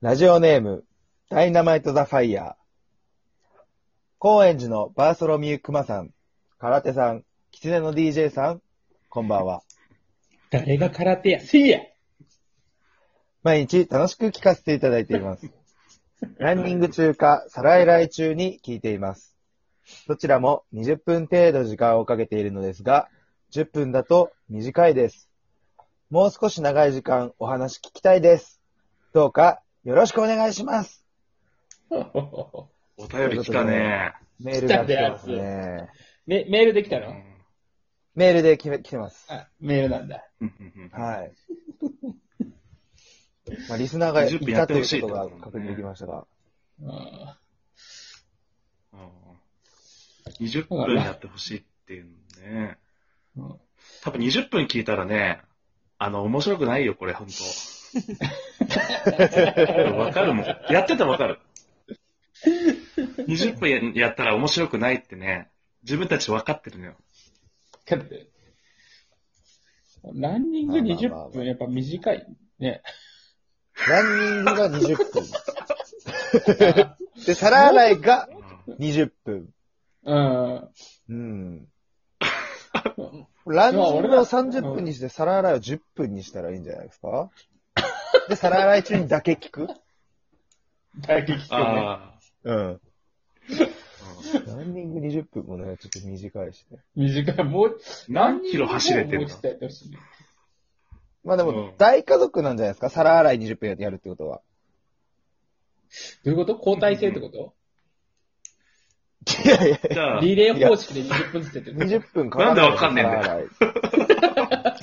ラジオネーム、ダイナマイト・ザ・ファイヤー。高円寺のバーソロミュー・クマさん、空手さん、キツネの DJ さん、こんばんは。誰が空手や、せ いや毎日楽しく聞かせていただいてい ます。ランニング中か、再来来中に聞いています。どちらも20分程度時間をかけているのですが、10分だと短いです。もう少し長い時間お話聞きたいです。どうかよろしくお願いします。お便り来たね。メールが来てますね。メメールできたのメールで来て来てます。あ、メールなんだ。 はい。まあ、リスナーがい20分やたっとてほしいいうことがってこと確だも認んねできましたが。あうん20分やってほしいっていうね。ーうん多分20分聞いたらね、あの、面白くないよ、これ、ほんと。わかるもん。やっててもわかる。20分ややったら面白くないってね、自分たちわかってるのよ。だってランニングまあまあ20まあ分、やっぱ短い。ね。ランニングが20分。 で、皿洗いが20分。うん。うん。ランニングを30分にして、皿洗いを10分にしたらいいんじゃないですかで、皿洗い中にだけ聞く大激闘ね。あうん。あ。ランニング20分もね、ちょっと短いしね。短い。もう、何キロ走れてるもうのちょっとやってほしいねまあでうんも、大家族なんじゃないですか皿洗い20分やるってことは。どういうこと交代制ってこといやいや、じゃあ、リレー方式で20分ずつやってるってこ20分かなかんでわかんねえんだよよ。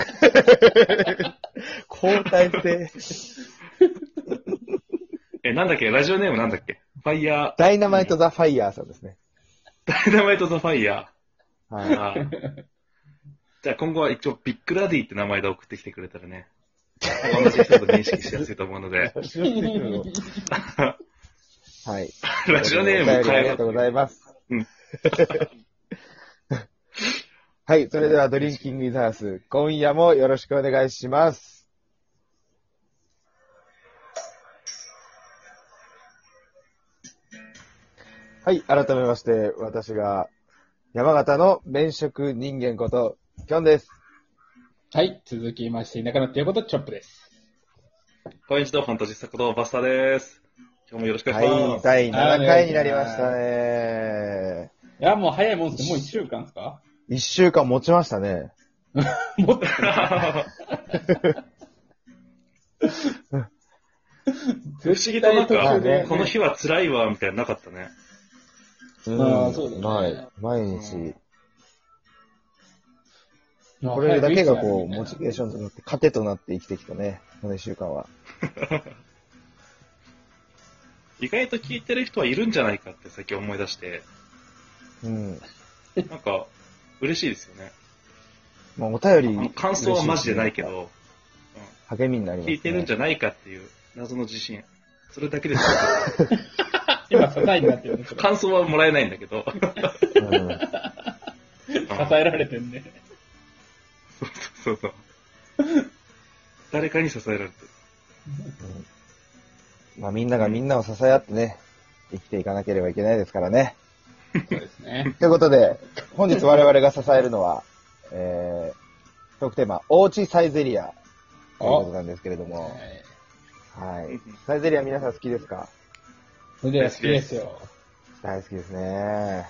皿洗い交代制。え、なんだっけラジオネームなんだっけファイヤー、ダイナマイト・ザ・ファイヤーさんですね。ダイナマイト・ザ・ファイヤー。はい。 ああじゃあ今後は一応ビッグラディって名前で送ってきてくれたらね、同じ人と認識しやすいと思うの で、はい。ラジオネーお便りあムり変えがとうごろ。ざいますうん。 はい。それでは、ドリンキングイズハウス、今夜もよろしくお願いします。はい。改めまして、私が、山形の免職人間こと、きょんです。とはい、続きまして、田舎のっていうこと、チョップです。こんにちは、ファンタジスタことバスターです。今日もよろしくお願いしはまい。す。第7回になりましたね。いや、もう早いもんですね。もう1週間ですか1週間持ちましたね。もっと。 不思議となんまあか、ねこの日は辛いわ、みたいなのなかったね。ああそうだねはい。毎日。うんこれだけがこう、モチベーションとなって、糧となって生きてきたね、この一週間は。意外と聞いてる人はいるんじゃないかって最近思い出して、うん。なんか、嬉しいですよね。まあ、お便あのり、感想はマジでないけど、励みになります、ね。聞いてるんじゃゃないかっていう謎の自信。それだけです。今、支えになってるんですよ。感想はもらえないんだけ ど。うん。 支えられてんね。そうそう。 誰かに支えられてまあ、みんながみんなを支え合ってね、生きていかなければいけないですからね。そうですね。ということで、本日我々が支えるのは、えー、トークテーマ、おうちサイゼリア、ということなんですけれども、はるい。。サイゼリア皆さん好きですかそれでは好きですよ。大好きですね。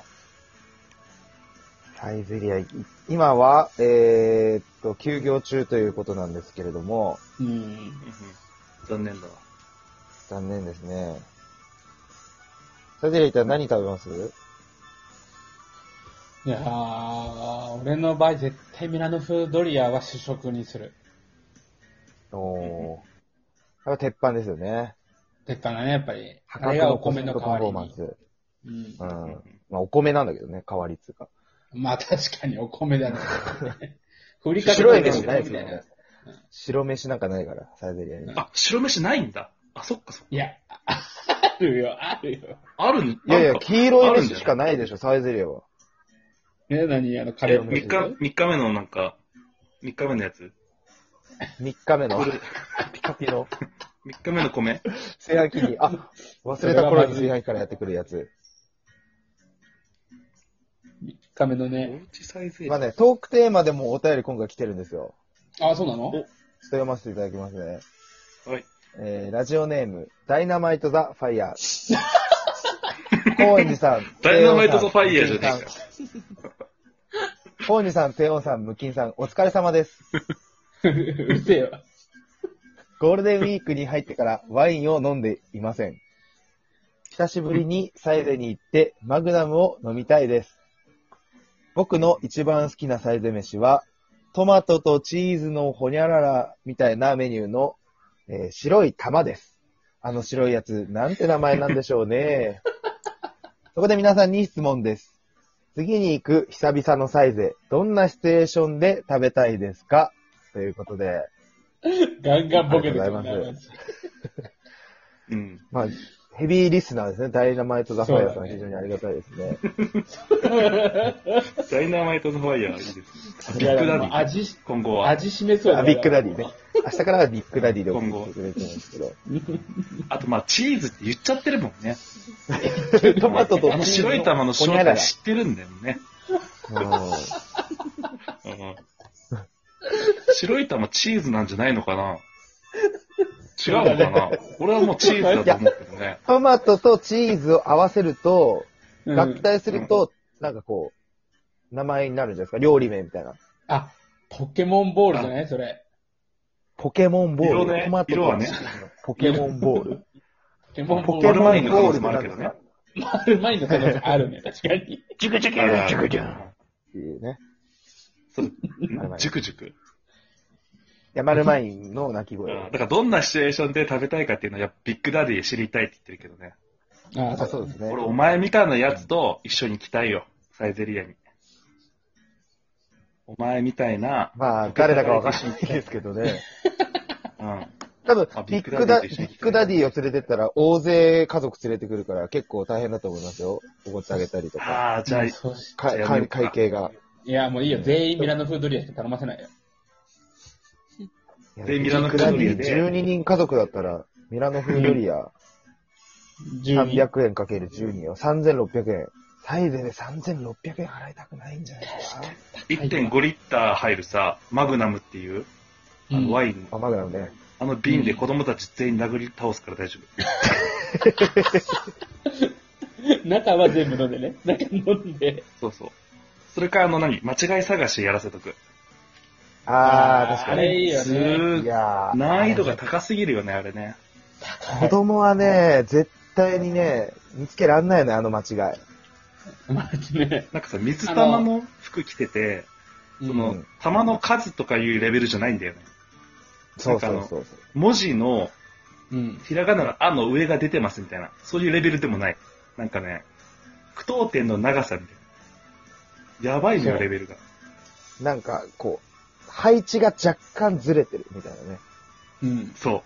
サイゼリア、い今は、えーっと、休業中ということなんですけれども、うん。残念だわ。残念ですね。サイゼリア行ったら何食べますいやー、俺の場合絶対ミラノ風ドリアは主食にする。おー。あれ鉄板ですよね。鉄板がね、やっぱり。あ破格れがのおコス米のト代パわフォりーマンに。ス。うんうん。まあ、お米なんだけどね、代わりっつうか。まあ確かにお 米だね。ふりかけ白いの飯みなたいいですよなね。。白飯なんかないから、サイゼリアに。あ、白飯ないんだ。あ、そっかそっか。いや、あるよ、あるよ。あるんいやいや、黄色い飯しかない。ないでしょ、サイゼリアは。ね、何あの、カレー3日、三日目のなんか、3日目のやつ。 3日目のこれ、ピカピの。 3日目の米炊飯器に、あ、忘れた頃に炊飯器からやってくるやつ。 3日目の おね。うちサイズまあね、トークテーマでもお便り今回来てるんですよ。あ、そうなのおちょっと読ませていただきますね。はい。えー、ラジオネーム、ダイナマイト・ザ・ファイヤー。高円寺さん。 ダイナマイト・ザ・ファイヤーじゃ低ね音さん高円寺さん、低音さん、無金さん、お疲れ様です。うるせえよ。ゴールデンウィークに入ってからワインを飲んでいません。久しぶりにサイゼに行ってマグナムを飲みたいです。僕の一番好きなサイゼ飯は、トマトとチーズのホニャララみたいなメニューの、えー白い玉です。あの白いやつ、なんて名前なんでしょうね。 そこで皆さんに質問です。次に行く久々のサイゼ、どんなシチュエーションで食べたいですかということで、ガンガンボケてくるありがとうございまな。え。うん。まあ、ヘビーリスナーですね。ダイナマイト・ザ・ファイアーさん、非常にありがたいですね。ダイナマイト・ザ・ファイヤー、いいです。ビいやッいグやもダデうィ。味し、今後は。味しめそうあ、ビッグダディねね。。明日からはビッグダディで送ってくれてるんですけど。あと、まあ、チーズって言っちゃってるもんね。トマトとあの白い玉のほ正にゃら体ら知ってるんだよね。うんうん白い玉チーズなんじゃないのかな違うのかな俺はもうチーズだと思うけどね。トマトとチーズを合わせると、うん合体すると、なんかこう、名前になるんじゃないですか。料理名みたいな。あ、ポケモンボールじゃないそれ。ポケモンボー色ル。ねトマト色とはねチーズのポケモンボール。ポケモンポボケーモル。ンボールもなんですかある前の可能性あるね、確かに。ジュクジュクジュクジュっていうね。ク。ジュクジュク。ヤマルマインの鳴きう声。んだからどんなシチュエーションで食べたいかっていうのはやっぱビッグダディ知りたいって言ってるけどね。ああ、そうですね。俺お前みたいなやつと一緒に来たいよ。サイゼリアに。お前みたいな、まあ、誰だかわかんないですけどね。うん。多分あ、ビビッッググダダビディッグダディを連れてったら、大勢家族連れてくるから、結構大変だと思いますよ。おごってあげたりとか。ああ、じゃあ、そうしかじゃあか会計が。いや、もういいよ。全員ミラノ風ドリアしか頼ませないよ。いやでビミラノッグ風ダドデリアィで12人家族だったら、ミラノ風ドリア12 300円かける1 2を3600円。サイゼで3600円払いたくないんじゃないですか1.5リッター入るさ、マグナムっていう、あのワイン、あ、マグナムね。あの瓶で子供たち全員殴り倒すから大丈夫。中は全部飲んでね。 中飲んで。そうそう。それか、あの何、間違い探しやらせとく。あー、確かあれに。いいよすね。いーやー難易度が高すぎるよね、あれね。子 供はね、絶対にね、見つけらんないよね、あの間違い。マジね。なんかさ、水玉の服着てて、そうんうのん、玉の数とかいうレベルじゃないんだよね。そうそうそうそう。文字の、うん。ひらがなのあの上が出てますみたいな。そういうレベルでもない。なんかね、句読点の長さみたいな。やばいのそよ、うレベルが。なんか、こう、配置が若干ずれてるみたいなね。うん。そ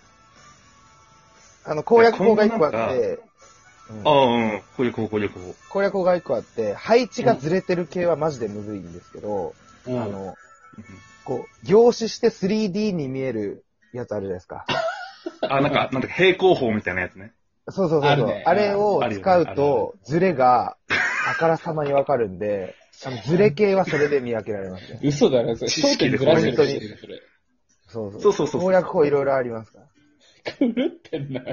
う。あの、攻略法が一個あいやっこんて、うんああ、うん。こういう、こうこういう、こう。攻略法が一個あって、配置がずれてる系はマジでむずいんですけど、うんあの、こう、凝視して 3D に見えるやつあるじゃないですか。あ、なんか、なんだか平行法みたいなやつね。そうそうそうそう。ああるねれを使うあるよと、ズレがあからさまにわかるんで、あのズレ系はそれで見分けられますね。嘘だろ、それ。知焦識点でずらしてる本当にしてる、それ。そうそう。そうそうそう攻略法いろいろありますから。狂ってんな。い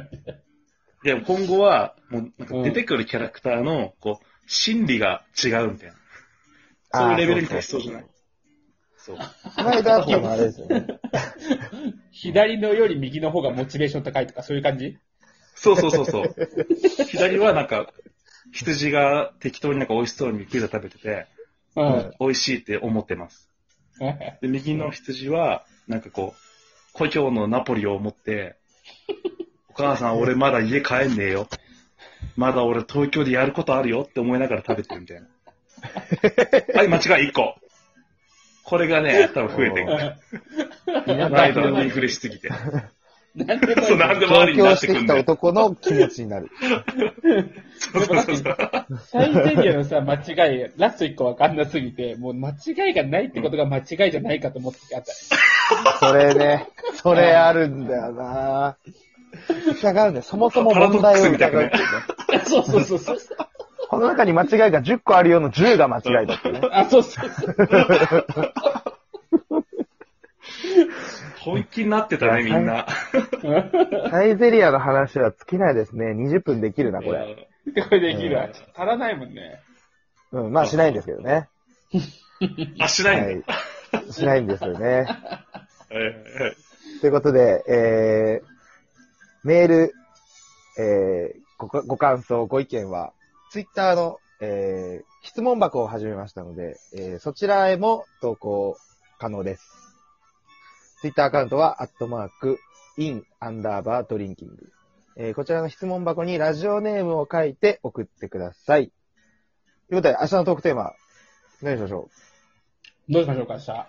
や、今後は、もう、なんか出てくるキャラクターの、こう、心理が違うみたいな。そういうレベルに達しそうじゃないそう。この間 あったのあれですよね。左のより右の方がモチベーション高いとか、そういう感じそうそうそうそう。 左はなんか、羊が適当になんか美味しそうにピザ食べてて、ううんん。美味しいって思ってます。で、右の羊は、なんかこう、故郷のナポリを持 って、お母さん俺まだ家帰んねえよ。まだ俺東京でやることあるよって思いながら食べてるみたい な。はい、間違い1個。これがね、多分増えていく。難易度がインフレしすぎて。 なんでもいそう、い。なんでもあ上りにな京っしててくんきただよ。男の気持ちになる。そうそうそうそう。サイゼリアのさ、間違い、ラスト1個わかんなすぎて、もう間違いがないってことが間違いじゃないかと思ってきた。それね、それあるんだよな疑うんだよ。そもそもパラド問ック題スを疑うみってたいいなうねね。 そうそうそうそう。この中に間違いが10個あるような10が間違いだった ね。あ、そうそうそう。本気になってたね、みんな。サイゼリアの話は尽きないですね。20分できるな、これ。これできるわ。ちょっと足らないもんね。うん、まあしないんですけどね。あ、しはないんだ。い。しないんですよね。はいはいはいということで、えー、メール、えーごか、ご感想、ご意見は、ツイッターの、えー、質問箱を始めましたので、えー、そちらへも投稿可能です。ツイッターアカウントは、アットマーク、in, アンダーバー、ドリンキング。えー、こちらの質問箱にラジオネームを書いて送ってください。ということで、明日のトークテーマ、何しましょどうしましょうか、明日。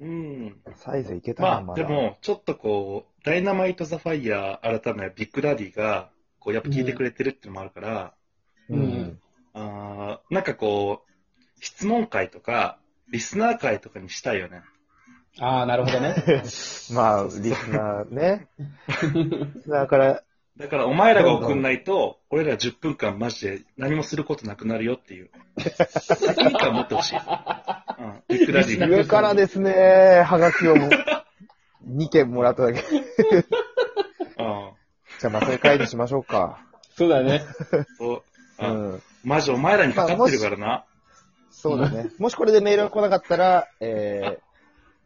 うん。うサイズいけたな、まあ、でも、ちょっとこう、ダイナマイト・ザ・ファイヤー、改めビッグダディが、こう、やっぱ聞いてくれてるっていうのもあるから、ううんん。あーなんかこう、質問会とか、リスナー会とかにしたいよね。ああ、なるほどね。まあ、リスナーね。 リスナーから、だから、お前らが送んないと、俺ら10分間マジで何もすることなくなるよっていう。責任感持ってほしい。うん、ビッグダディが。上からですね、はがきをも2件もらっただけ。じうんゃあ、まあ、そういう会にしましょうか。そうだね。そう。うあん。マジお前らにかかってるからな。そうだね。もしこれでメールが来なかったら、え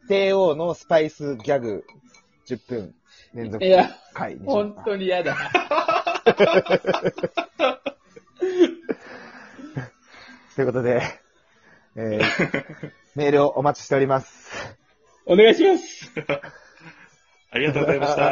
ー、帝王のスパイスギャグ10分連続いや、会にしよう 本か。当に嫌だ。ということで、えー、メールをお待ちしております。お願いします。ありがとうございました。